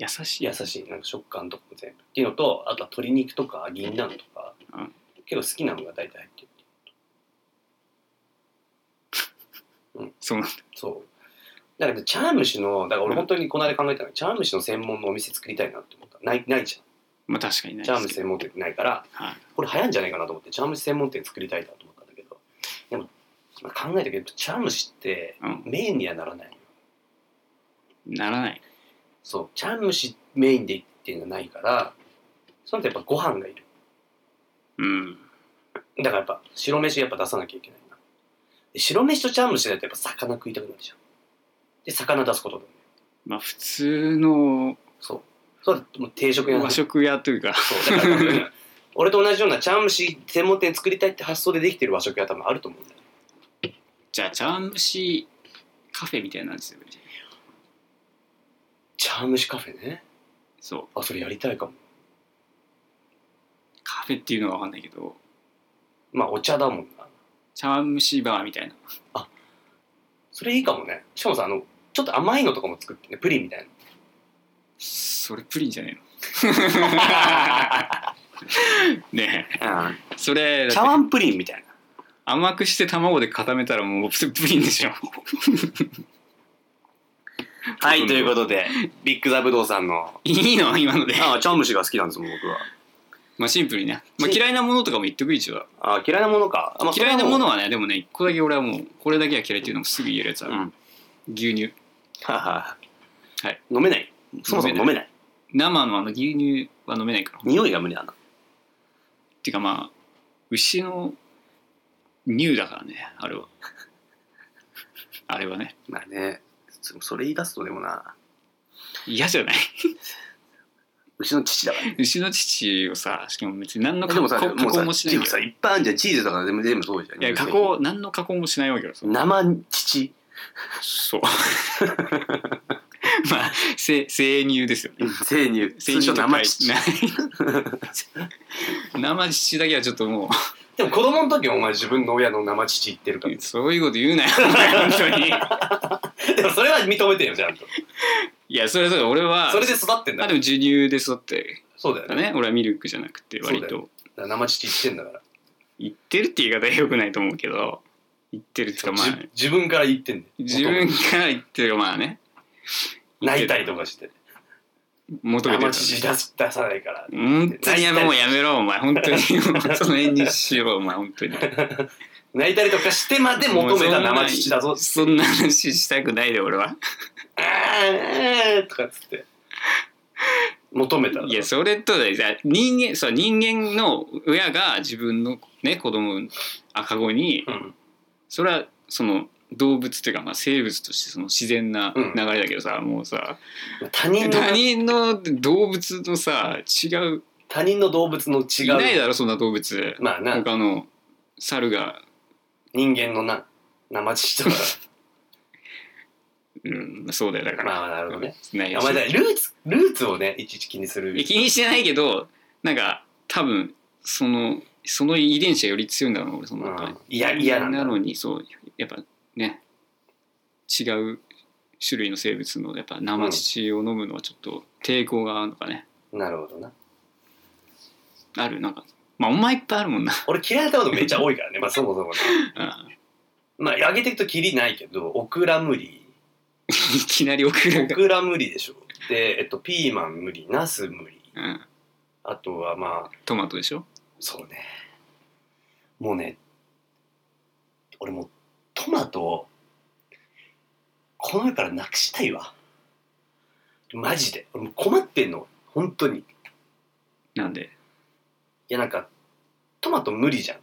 [SPEAKER 1] 優しい
[SPEAKER 2] 優しいなんか食感とかも全部っていうのとあとは鶏肉とか銀杏とか、
[SPEAKER 1] うん
[SPEAKER 2] 結構好きなのが大体入ってる
[SPEAKER 1] そうなんだ
[SPEAKER 2] そうだからね茶碗蒸しのだから俺本当にこの間考えたのに茶碗蒸しの専門のお店作りたいなって思ったないないじ
[SPEAKER 1] まあ確かに
[SPEAKER 2] ゃ
[SPEAKER 1] なんい
[SPEAKER 2] 茶
[SPEAKER 1] で
[SPEAKER 2] 碗
[SPEAKER 1] すけ
[SPEAKER 2] 蒸し
[SPEAKER 1] ど
[SPEAKER 2] 専門店ないから
[SPEAKER 1] はい
[SPEAKER 2] これ流行んじゃないかなと思って茶碗蒸し専門店作りたいなと思ったんだけどでもまあ考えたけど茶碗蒸しって
[SPEAKER 1] うん
[SPEAKER 2] メインにはならない
[SPEAKER 1] ならない
[SPEAKER 2] そう茶碗蒸しメインでっていうのはないからそのとやっぱご飯がいる
[SPEAKER 1] うん
[SPEAKER 2] だからやっぱ白飯やっぱ出さなきゃいけないな。で白飯と茶碗蒸しだとやっぱ魚食いたくなるじゃん。で、魚出すことだよね。
[SPEAKER 1] まあ普通の
[SPEAKER 2] そう。そうだってもう定食屋な
[SPEAKER 1] 和
[SPEAKER 2] んだそう。
[SPEAKER 1] 食屋というか
[SPEAKER 2] だから多分俺と同じような茶碗蒸し専門店作りたいって発想でできてる和食屋多分あると思うんだよ。
[SPEAKER 1] じゃあ茶碗蒸しカフェみたいなんですよ
[SPEAKER 2] 茶碗蒸しカフェね。
[SPEAKER 1] そう
[SPEAKER 2] あ、それやりたいかも。
[SPEAKER 1] カフェっていうのは分かんないけど
[SPEAKER 2] まあお茶だもんな。
[SPEAKER 1] 茶碗蒸しバーみたいな
[SPEAKER 2] それいいかもねしかもさあのちょっと甘いのとかも作ってねプリンみたいな
[SPEAKER 1] それプリンじゃねえのねえ
[SPEAKER 2] う
[SPEAKER 1] それだ
[SPEAKER 2] ん
[SPEAKER 1] って
[SPEAKER 2] 茶碗プリンみたいな
[SPEAKER 1] 甘くして卵で固めたらもうプリンでしょ
[SPEAKER 2] はいということでビッグザブドウさんの
[SPEAKER 1] いいの今ので
[SPEAKER 2] ああ茶碗蒸しが好きなんですもん僕は
[SPEAKER 1] まあシンプルにね、まあ、嫌いなものとかも言っとく一応
[SPEAKER 2] ああ嫌いなものか、あまあ
[SPEAKER 1] 嫌いなもの
[SPEAKER 2] は
[SPEAKER 1] はねでもね一個だけ俺はもうこれだけは嫌いっていうのもすぐ言えるやつあ
[SPEAKER 2] う
[SPEAKER 1] る、
[SPEAKER 2] ん
[SPEAKER 1] 牛乳
[SPEAKER 2] はは
[SPEAKER 1] はい
[SPEAKER 2] 飲めないそもそも飲めない
[SPEAKER 1] 生のあの牛乳は飲めないから
[SPEAKER 2] 匂いが無理なんだ
[SPEAKER 1] ていうかまあ牛の乳だからねあれはあれはね
[SPEAKER 2] まあねそそれ言い出すとでもな
[SPEAKER 1] 嫌じゃない
[SPEAKER 2] 牛の父だから
[SPEAKER 1] 牛の乳をさしかも別に何の
[SPEAKER 2] で
[SPEAKER 1] 加
[SPEAKER 2] も
[SPEAKER 1] 工
[SPEAKER 2] さ
[SPEAKER 1] 加
[SPEAKER 2] もう
[SPEAKER 1] 工
[SPEAKER 2] さ
[SPEAKER 1] もしない
[SPEAKER 2] で
[SPEAKER 1] わ
[SPEAKER 2] も
[SPEAKER 1] け
[SPEAKER 2] さいっぱいあるじゃんチーズとかでも全部そうじゃん
[SPEAKER 1] いや加工何の加工もしないわけよそう
[SPEAKER 2] 生乳
[SPEAKER 1] そう まあ生生乳ですよね
[SPEAKER 2] 生
[SPEAKER 1] 生
[SPEAKER 2] 乳通
[SPEAKER 1] 乳
[SPEAKER 2] 称
[SPEAKER 1] と
[SPEAKER 2] 生
[SPEAKER 1] 書
[SPEAKER 2] 乳
[SPEAKER 1] い て生乳だけはちょっともう
[SPEAKER 2] でも子供の時お前自分の親の生乳言ってるから
[SPEAKER 1] そういうこと言うなよ、お前本当に。
[SPEAKER 2] でもそれは認めてよちゃんと
[SPEAKER 1] いや、それはそうだ、俺は、
[SPEAKER 2] それで育ってん
[SPEAKER 1] まあ
[SPEAKER 2] だ
[SPEAKER 1] でも授乳で育って
[SPEAKER 2] そうだよ
[SPEAKER 1] た
[SPEAKER 2] ね
[SPEAKER 1] ね、俺はミルクじゃなくて、割
[SPEAKER 2] そうだ
[SPEAKER 1] と。
[SPEAKER 2] だから生乳言ってんだから
[SPEAKER 1] 言ってるって言い方は良くないと思うけど、言ってるっていうか、まあ、
[SPEAKER 2] じ自分から言ってんだよ
[SPEAKER 1] 自分から言ってるか、まあね。
[SPEAKER 2] 泣いたりとかして
[SPEAKER 1] 求めて
[SPEAKER 2] 生
[SPEAKER 1] るか
[SPEAKER 2] 乳
[SPEAKER 1] らね。
[SPEAKER 2] 出す出さないから
[SPEAKER 1] 本当にやめもうやめろ、お前、本 当に。その辺にしよう、お前、本当に。
[SPEAKER 2] 泣いたりとかしてまで求めた生乳だぞ
[SPEAKER 1] そんな話したくないで、俺は。
[SPEAKER 2] あーあーとかっつって求めたら
[SPEAKER 1] いや、それとだよ、じゃあ人間、そう、人間の親が自分のね、子供、赤子に、
[SPEAKER 2] うん
[SPEAKER 1] それはその動物っていうかまあ生物としてその自然な流れだけどさ、もうさ
[SPEAKER 2] 他人の
[SPEAKER 1] 他人の動物とさ違う
[SPEAKER 2] 他人の動物の違う
[SPEAKER 1] いないだろそんな動物
[SPEAKER 2] まあな
[SPEAKER 1] 他の猿が、
[SPEAKER 2] 人間のな生乳とか
[SPEAKER 1] うん、そうだよだ から、
[SPEAKER 2] まあなるほどね
[SPEAKER 1] ない
[SPEAKER 2] い
[SPEAKER 1] し
[SPEAKER 2] やお前だからルーツルーツをねいちいち気にす
[SPEAKER 1] いや
[SPEAKER 2] る
[SPEAKER 1] 気にしてないけどなんか多分そのその遺伝子がより強いんだろうな俺その
[SPEAKER 2] うんいや嫌なんだ
[SPEAKER 1] なのにそうやっぱね違う種類の生物のやっぱ生乳を飲むのはちょっと抵抗があるのかね、
[SPEAKER 2] なるほどな
[SPEAKER 1] あるなんかまあお前いっぱいあるもんな
[SPEAKER 2] 俺嫌いなことめっちゃ多いからねまあそもそもね
[SPEAKER 1] うん
[SPEAKER 2] まあ上げていくとキリないけどオクラ無理
[SPEAKER 1] いきなりオクラ
[SPEAKER 2] オ
[SPEAKER 1] が、
[SPEAKER 2] クラ無理でしょでえっとピーマン無理ナス無理
[SPEAKER 1] うん、
[SPEAKER 2] あとはまあ
[SPEAKER 1] トマトでしょ
[SPEAKER 2] そうねもうね俺もうトマトをこの世からなくしたいわマジで俺もう困ってんの本当にい
[SPEAKER 1] なんで
[SPEAKER 2] やなんかトマト無理じゃん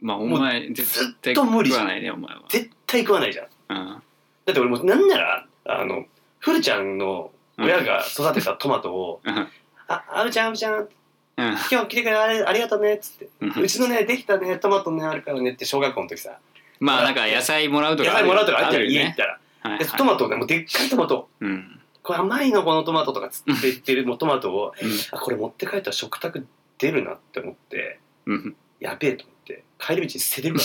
[SPEAKER 1] まあお前
[SPEAKER 2] ず
[SPEAKER 1] 絶
[SPEAKER 2] っ
[SPEAKER 1] 対
[SPEAKER 2] と
[SPEAKER 1] 食
[SPEAKER 2] 無理
[SPEAKER 1] わないねお前は、
[SPEAKER 2] 絶対食わないじゃん
[SPEAKER 1] うん
[SPEAKER 2] だって俺もうなんならあのフルちゃんの
[SPEAKER 1] うん、
[SPEAKER 2] 親が育てたトマトを
[SPEAKER 1] うん
[SPEAKER 2] 「ああぶちゃんあぶちゃん
[SPEAKER 1] うん
[SPEAKER 2] 今日来てくれあれありがとうね」っつって
[SPEAKER 1] うん
[SPEAKER 2] 「うちのねできたねトマトねあるからね」って小学校の時さ
[SPEAKER 1] まあなんか野菜もらうと
[SPEAKER 2] 野
[SPEAKER 1] か
[SPEAKER 2] 菜もらうとかあったら
[SPEAKER 1] る
[SPEAKER 2] 家行っ
[SPEAKER 1] ね
[SPEAKER 2] たら
[SPEAKER 1] はいはい
[SPEAKER 2] でトマトをねもうでっかいトマト
[SPEAKER 1] うん
[SPEAKER 2] これ甘いのこのトマトとかつって言ってるもうトマトを
[SPEAKER 1] うん
[SPEAKER 2] あこれ持って帰ったら食卓出るなって思って
[SPEAKER 1] うん
[SPEAKER 2] やべえと思って帰り道に捨ててるか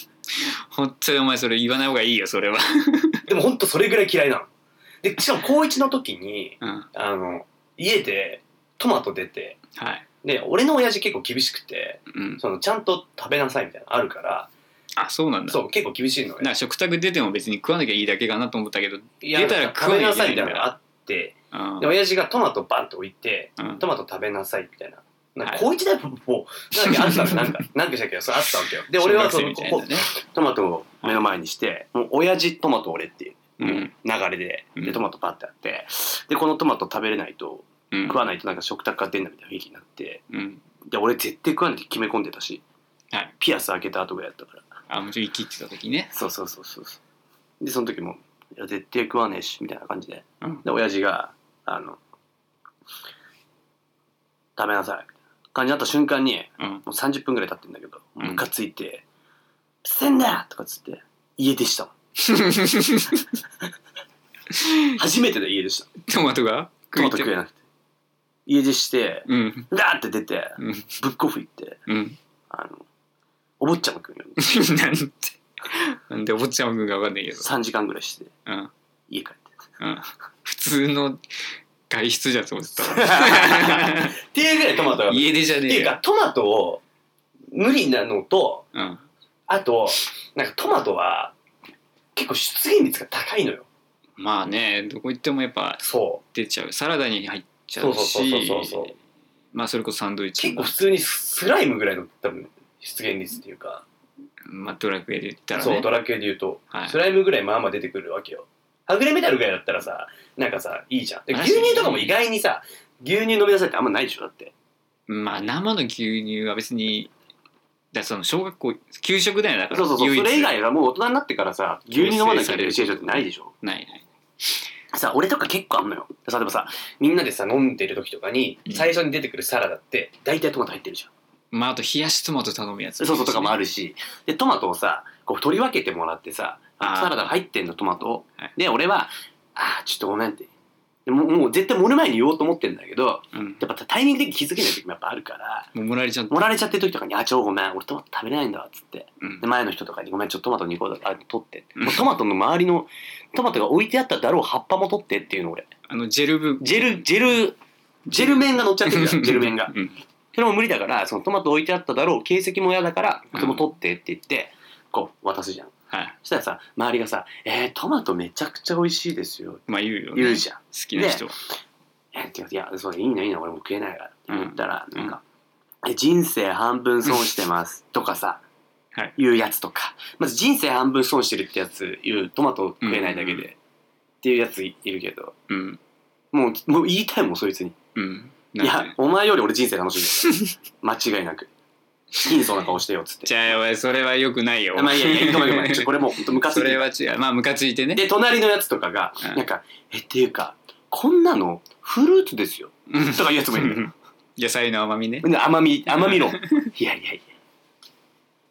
[SPEAKER 1] 本当にお前それ言わない方がいいよそれは、
[SPEAKER 2] らでもほんとそれぐらい嫌いなのでしかも高1の時に
[SPEAKER 1] うん、
[SPEAKER 2] あの家でトマト出て
[SPEAKER 1] はい、
[SPEAKER 2] で俺の親父結構厳しくて
[SPEAKER 1] うん、
[SPEAKER 2] そのちゃんと食べなさいみたいなのあるから
[SPEAKER 1] あそうなんだ
[SPEAKER 2] そう結構厳しいのね
[SPEAKER 1] なんか食卓出ても別に食わなきゃいいだけかなと思ったけど
[SPEAKER 2] いや
[SPEAKER 1] 出たら食
[SPEAKER 2] 食
[SPEAKER 1] わ
[SPEAKER 2] べ
[SPEAKER 1] なきゃけな
[SPEAKER 2] ないさい
[SPEAKER 1] いん
[SPEAKER 2] み
[SPEAKER 1] だ
[SPEAKER 2] たいなのがあって
[SPEAKER 1] うん
[SPEAKER 2] で親父がトマトバンと置いて
[SPEAKER 1] うん
[SPEAKER 2] トマト食べなさいみたいな。なんか
[SPEAKER 1] はい
[SPEAKER 2] 高一だともう、なんかあった のなんか、なんかしたっけど、それあったわけよ。で、俺はそ
[SPEAKER 1] 小
[SPEAKER 2] の、
[SPEAKER 1] 学生みたいな
[SPEAKER 2] こうトマトを目の前にして、もう、親父トマト俺っていう
[SPEAKER 1] ね
[SPEAKER 2] 流れで、
[SPEAKER 1] う
[SPEAKER 2] で、
[SPEAKER 1] ん
[SPEAKER 2] トマトパってあって、で、このトマト食べれないと、
[SPEAKER 1] うんうん
[SPEAKER 2] 食わないとなんか食卓から出んなみたいな雰囲気になって、
[SPEAKER 1] うん
[SPEAKER 2] で、俺絶対食わないって決め込んでたし
[SPEAKER 1] はい、
[SPEAKER 2] ピアス開けた後ぐらいだったから。
[SPEAKER 1] あもちろん生きってた時 ね
[SPEAKER 2] そうそうそうそうそう。で、その時も、いや、絶対食わねえし、みたいな感じで。
[SPEAKER 1] うん
[SPEAKER 2] で、親父が、あの、食べなさい、みたいな感じになった瞬間に、
[SPEAKER 1] うん
[SPEAKER 2] もう30分ぐらい経ってんだけど、
[SPEAKER 1] うん
[SPEAKER 2] ムカついて、捨てんだとかっつって、家出したもん。初めての家出した。
[SPEAKER 1] トマトが
[SPEAKER 2] トマト食え
[SPEAKER 1] え
[SPEAKER 2] なくて。家出して、
[SPEAKER 1] うん
[SPEAKER 2] だーって出て、
[SPEAKER 1] うん
[SPEAKER 2] ブックオフ行って、
[SPEAKER 1] うん
[SPEAKER 2] あの、お坊ちゃま食うよ。
[SPEAKER 1] なんてなんでお坊ちゃま軍が分かんないけ ど、
[SPEAKER 2] 3時間ぐらいして
[SPEAKER 1] うん
[SPEAKER 2] 家帰って
[SPEAKER 1] うん、普通の外出じゃんと思ってた わ
[SPEAKER 4] っていうぐらいトマトが。っ
[SPEAKER 1] 家出じゃ
[SPEAKER 4] て
[SPEAKER 1] ねえ
[SPEAKER 4] いう
[SPEAKER 1] よ
[SPEAKER 4] か、、トマトを無理なのと、
[SPEAKER 1] うん、
[SPEAKER 4] あと、なんかトマトは結構出現率が高いのよ。
[SPEAKER 1] まあねどこ行ってもやっぱ
[SPEAKER 4] そう。
[SPEAKER 1] 出ちゃうサラダに入っちゃう
[SPEAKER 4] そうそう
[SPEAKER 1] し
[SPEAKER 4] そうそうそう
[SPEAKER 1] まあそれこそサンドイッチ
[SPEAKER 4] 結構
[SPEAKER 1] も
[SPEAKER 4] 普通にスライムぐらいの多分出現率っていうか、
[SPEAKER 1] まあドラクエで言ったらね
[SPEAKER 4] そう、ドラクエで言うと、
[SPEAKER 1] はい
[SPEAKER 4] スライムぐらいまあまあ出てくるわけよ。はぐれメタルぐらいだったらさ、なんかさ、いいじゃん。で
[SPEAKER 1] 確
[SPEAKER 4] 牛
[SPEAKER 1] かに
[SPEAKER 4] 乳とかも意外にさ、
[SPEAKER 2] 牛乳飲みなさいってあんまないでしょだって
[SPEAKER 1] まあ生の牛乳は別にだからその小学校給食だよだから
[SPEAKER 2] そうそうそうそれ以
[SPEAKER 1] ない
[SPEAKER 2] 外はもう大人になってからさ牛乳飲まなきゃいけないシチュエーションってないでしょ
[SPEAKER 1] ない
[SPEAKER 2] さ俺とか結構あんのよさ例えばさ
[SPEAKER 4] みんなでさ、飲んでる時とかに
[SPEAKER 1] う、ん
[SPEAKER 4] 最初に出てくるサラダって、
[SPEAKER 2] 大体トマト入ってるじゃん
[SPEAKER 1] まああと冷やしトマト頼むやつ
[SPEAKER 2] そうそうとかもあ
[SPEAKER 1] る
[SPEAKER 2] るしでトマトをさこう取り分けてもらってさ
[SPEAKER 1] あー
[SPEAKER 2] サラダ入ってんのトマトを、
[SPEAKER 1] はい
[SPEAKER 2] で俺は「あーちょっとごめん」ってでもうもう絶対盛る前に言おうと思ってんだけど
[SPEAKER 1] うん
[SPEAKER 2] やっぱタイミング的に気づけない時もやっぱあるから
[SPEAKER 1] もうもられちゃった
[SPEAKER 2] 盛られちゃってる時とかに「あちょごめん俺トマト食べれないんだわ」っつって
[SPEAKER 1] うん
[SPEAKER 2] で前の人とかに「ごめんちょっとトマト2個だあ取って」
[SPEAKER 1] うん
[SPEAKER 2] もうトマトの周りのトマトが置いてあっただろう葉っぱも取ってっていうの俺
[SPEAKER 1] あのジェルブ
[SPEAKER 2] ジェルジェルジェル麺が乗っちゃってるじゃんジェル麺 が
[SPEAKER 1] うん
[SPEAKER 2] それも無理だからそのトマト置いてあっただろう形跡も嫌だから
[SPEAKER 1] うん
[SPEAKER 2] それも取ってって言ってこう渡すじゃん
[SPEAKER 1] はい
[SPEAKER 2] そしたらさ周りがさ「えー、トマトめちゃくちゃ美味しいですよ
[SPEAKER 1] まあ言う」よ、ね、
[SPEAKER 2] 言
[SPEAKER 1] 好
[SPEAKER 2] うじゃん
[SPEAKER 1] きな人は、
[SPEAKER 2] 「えー、って言うからいやそれいいのいいの俺も食えないから」って言ったら
[SPEAKER 1] うん
[SPEAKER 2] なんか「え人生半分損し てます」とかさ
[SPEAKER 1] はい
[SPEAKER 2] いうやつとかまず人生半分損してるってやつ言うトマト食えないだけ
[SPEAKER 1] うん
[SPEAKER 2] でっていうやついいるけど
[SPEAKER 1] うん
[SPEAKER 2] もうもう言いたいもんそいつに
[SPEAKER 1] うん
[SPEAKER 2] い
[SPEAKER 1] なん
[SPEAKER 2] や
[SPEAKER 1] で
[SPEAKER 2] お前より俺人生楽しん でるから間違いなく貧相な顔してよっつって
[SPEAKER 1] じゃあお前それはよくないよ
[SPEAKER 2] まあいいやいやごめんごめんちょこれもうほんとムカつい
[SPEAKER 1] そ
[SPEAKER 2] て
[SPEAKER 1] れ
[SPEAKER 2] る
[SPEAKER 1] は違うまあムカついてね
[SPEAKER 2] で隣のやつとかが
[SPEAKER 1] うん
[SPEAKER 2] なんか「えっていうかこんなのフルーツですよ
[SPEAKER 1] うん」
[SPEAKER 2] とか言うやつもいるのよ
[SPEAKER 1] 野菜の甘みね
[SPEAKER 2] で甘み 甘み論いやいやいや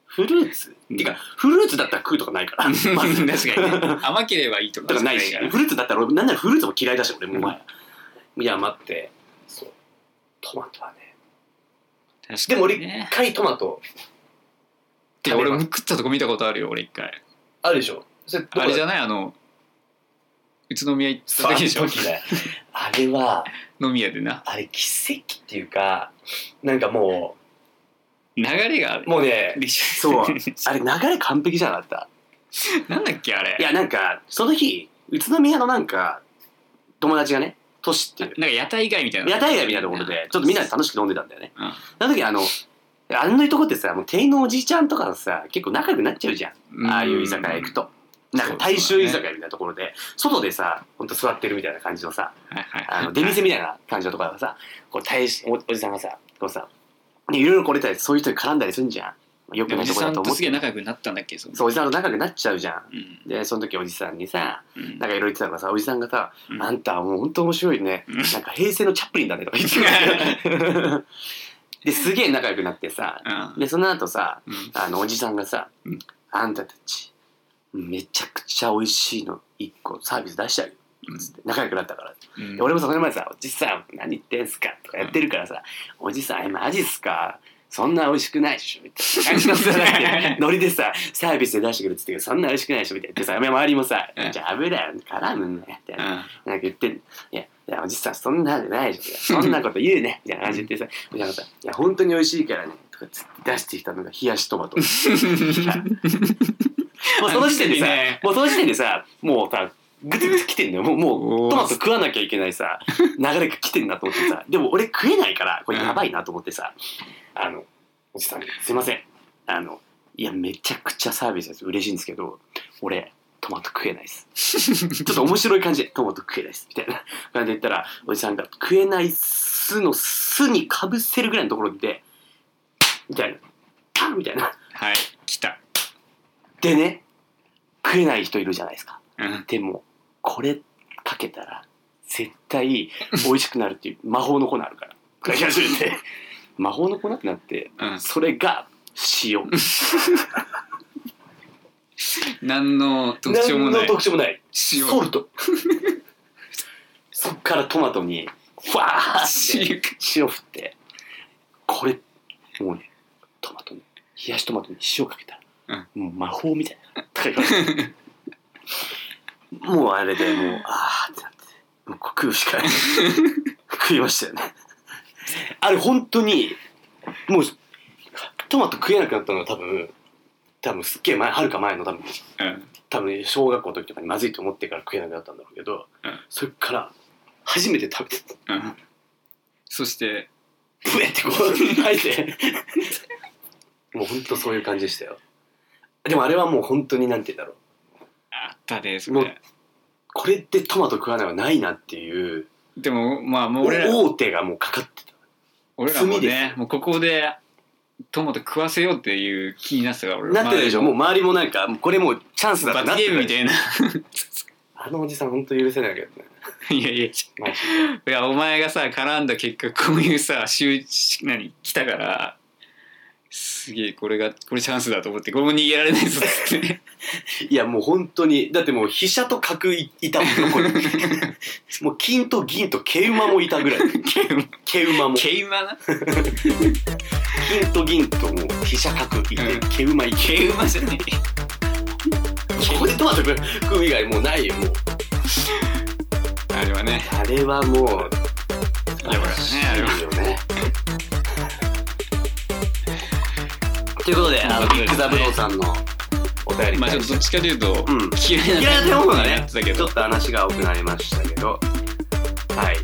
[SPEAKER 2] フルーツっていうかフルーツだったら食うとかないからまず
[SPEAKER 1] 確かにね
[SPEAKER 2] だか
[SPEAKER 1] 甘ければいいとから
[SPEAKER 2] ないしフルーツだったら俺なんならフルーツも嫌いだし俺もお前
[SPEAKER 4] いや、待って、そう。トマトはね、
[SPEAKER 1] 確
[SPEAKER 4] でも
[SPEAKER 1] か
[SPEAKER 4] 俺
[SPEAKER 1] にね
[SPEAKER 4] 一回トマト、
[SPEAKER 1] で俺も食ったとこ見たことあるよ俺一回
[SPEAKER 4] あるでしょそれどこだ
[SPEAKER 1] あれじゃないあの宇都宮行った時でし
[SPEAKER 4] あ
[SPEAKER 1] ょ
[SPEAKER 4] の時ねあれは、
[SPEAKER 1] 飲み屋でな
[SPEAKER 4] あれ奇跡っていうか、なんかも
[SPEAKER 1] 流れがある
[SPEAKER 4] う、もうね、
[SPEAKER 1] でし
[SPEAKER 2] そ
[SPEAKER 1] ょ
[SPEAKER 2] うあれ流れ完璧じゃなかった
[SPEAKER 1] なんだっけあれ
[SPEAKER 2] いやなんかその日宇都宮のなんか友達がねトシっていう
[SPEAKER 1] なんか屋台街みたいな
[SPEAKER 2] 屋台街みたいなところでちょっとみんなで楽しく飲んでたんだよね
[SPEAKER 1] うん
[SPEAKER 2] その時あのあんなとこってさもう店員のおじいちゃんとかさ結構仲良くなっちゃうじゃん
[SPEAKER 1] うん
[SPEAKER 2] ああいう居酒屋行くとなんか大衆居酒屋みたいなところで外でさほんと座ってるみたいな感じのさ
[SPEAKER 1] はいはい
[SPEAKER 2] あの出店みたいな感じのところがさこう大衆おおじさんがさこうさねいろいろこれたりそういう人に絡んだりするんじゃんよく
[SPEAKER 1] で
[SPEAKER 2] な
[SPEAKER 1] お
[SPEAKER 2] い
[SPEAKER 1] じ
[SPEAKER 2] ところ
[SPEAKER 1] さ
[SPEAKER 2] だと
[SPEAKER 1] んと
[SPEAKER 2] 思っ
[SPEAKER 1] すげえ
[SPEAKER 2] て
[SPEAKER 1] 仲良くなったんだっけその
[SPEAKER 2] そうおじさんと仲良くなっちゃうじゃん
[SPEAKER 1] うん
[SPEAKER 2] でその時おじさんにさ
[SPEAKER 1] うん
[SPEAKER 2] なんかいろいろ言ってたからさおじさんがさ
[SPEAKER 1] う
[SPEAKER 2] 「
[SPEAKER 1] ん
[SPEAKER 2] あんたもう本当面白いね
[SPEAKER 1] うん
[SPEAKER 2] なんか平成のチャップリンだね」とか言ってくれ てですげえ仲良くなってさ
[SPEAKER 1] うん
[SPEAKER 2] でその後さ
[SPEAKER 1] うん
[SPEAKER 2] あのおじさんがさ「
[SPEAKER 1] うん
[SPEAKER 2] あんたたちめちゃくちゃ美味しいの一個サービス出してあげる」
[SPEAKER 1] うん
[SPEAKER 2] つって仲良くなったから
[SPEAKER 1] うん
[SPEAKER 2] で俺もさその前さ「おじさん何言ってんすか?」とかやってるからさ「おじさんえマジっすか?」そんな美味しくないでしょみたいな 感じのさなんかノリでさサービスで出してくるっつってけどそんな美味しくないでしょみたいなでさ周りもさ
[SPEAKER 1] うん
[SPEAKER 2] 「じゃあ油絡むんだよ」って
[SPEAKER 1] う
[SPEAKER 2] なんか
[SPEAKER 1] ん
[SPEAKER 2] 言ってんのいやいやおじさんそんなんじゃないでしょそんなこと言うね」みたいな感じでさ「おじさんがさいや本当に美味しいからね」とかつって出してきたのが冷やしト マト。 もうその時点でさ、
[SPEAKER 1] いいね
[SPEAKER 2] もうその時点でさ、もうさ、グツグツ来てんのよ。もう、も
[SPEAKER 1] お
[SPEAKER 2] う、
[SPEAKER 1] ー
[SPEAKER 2] トマト食わなきゃいけないさ、流れが来てんなと思ってさ、でも俺食えないから、これやばいなと思ってさ、あの、おじさんに、すいません。あの、いや、めちゃくちゃサービスです。嬉しいんですけど、俺、トマト食えな いです。ちょっと面白い感じで、トマト食えないです。みたいな感じで言ったら、おじさんが、食えないっすのすにかぶせるぐらいのところで、みたいな、パンみたいな。
[SPEAKER 1] はい来た
[SPEAKER 2] でね、食えない人いるじゃないですか。
[SPEAKER 1] うん
[SPEAKER 2] でもこれかけたら絶対美味しくなるっ ていう魔法の粉あるから書き始めて魔法の粉ってなって
[SPEAKER 1] うん
[SPEAKER 2] それが塩
[SPEAKER 1] 何の特徴も
[SPEAKER 4] 何
[SPEAKER 1] な
[SPEAKER 4] の
[SPEAKER 1] い
[SPEAKER 4] 特徴もない。
[SPEAKER 1] 塩
[SPEAKER 4] ソル ト。
[SPEAKER 2] そっからトマトにふわーって
[SPEAKER 1] 塩
[SPEAKER 2] 塩振ってこれもうねトマトに冷やしトマトに塩かけたら、もう魔法みたいなか言われてもうあれでもうああってなってもう食うしかない食いましたよねあれ本当にもうトマト食えなくなったのは多分多分すっげえ前はるか前の多分
[SPEAKER 1] うん
[SPEAKER 2] 多分小学校の時とかにまずいと思ってから食えなくなったんだろうけど、
[SPEAKER 1] うん
[SPEAKER 2] それから初めて食べてた
[SPEAKER 1] うんそして
[SPEAKER 2] ブエってこう吐いてもうほんとそういう感じでしたよでもあれはもう本当になんて言うんだろう
[SPEAKER 1] あったです
[SPEAKER 2] もうこれでトマト食わないはないなっていう
[SPEAKER 1] でもまあもう俺ら
[SPEAKER 2] 大手がもうかかってた
[SPEAKER 1] 俺らも
[SPEAKER 2] 罪で
[SPEAKER 1] ねもうここでトマト食わせようっていう気になってたから俺
[SPEAKER 2] なってたでしょもう周りもなんかもうこれもうチャンスだって
[SPEAKER 1] 罰
[SPEAKER 2] なっ
[SPEAKER 1] ゲ
[SPEAKER 2] て
[SPEAKER 1] ームみたいな
[SPEAKER 2] あのおじさん本当許せないけどね
[SPEAKER 1] いやいやい
[SPEAKER 2] マジ
[SPEAKER 1] やお前がさ絡んだ結果こういうさ集何来たからすげえこれがこれチャンスだと思ってこれも逃げられないぞっつって
[SPEAKER 2] でいやもう本当にだってもう飛車と角いいたもん これもう金と銀と桂馬もいたぐらい桂馬も
[SPEAKER 1] 桂馬な
[SPEAKER 2] 金と銀ともう飛車角いて
[SPEAKER 1] うん
[SPEAKER 2] 桂馬いて
[SPEAKER 1] 桂馬じゃない
[SPEAKER 2] ここでトマト食う食う以外もうないよもう
[SPEAKER 1] あれはね
[SPEAKER 2] あれはもう
[SPEAKER 1] やばかったねあれは
[SPEAKER 2] 素晴らしいよね ということであ
[SPEAKER 1] そ
[SPEAKER 2] の
[SPEAKER 1] う
[SPEAKER 2] ビ
[SPEAKER 1] いう
[SPEAKER 2] ッ
[SPEAKER 1] こ
[SPEAKER 2] グ
[SPEAKER 1] と
[SPEAKER 2] ザ
[SPEAKER 1] で
[SPEAKER 2] ブ
[SPEAKER 1] すね
[SPEAKER 2] ローさんのお便り
[SPEAKER 1] まあちょっとどっちかというと
[SPEAKER 2] うん
[SPEAKER 1] 嫌いな
[SPEAKER 2] 嫌いな方がね
[SPEAKER 1] やってたけ
[SPEAKER 2] ちょ
[SPEAKER 1] ど
[SPEAKER 2] っと話が多くなりましたけどはい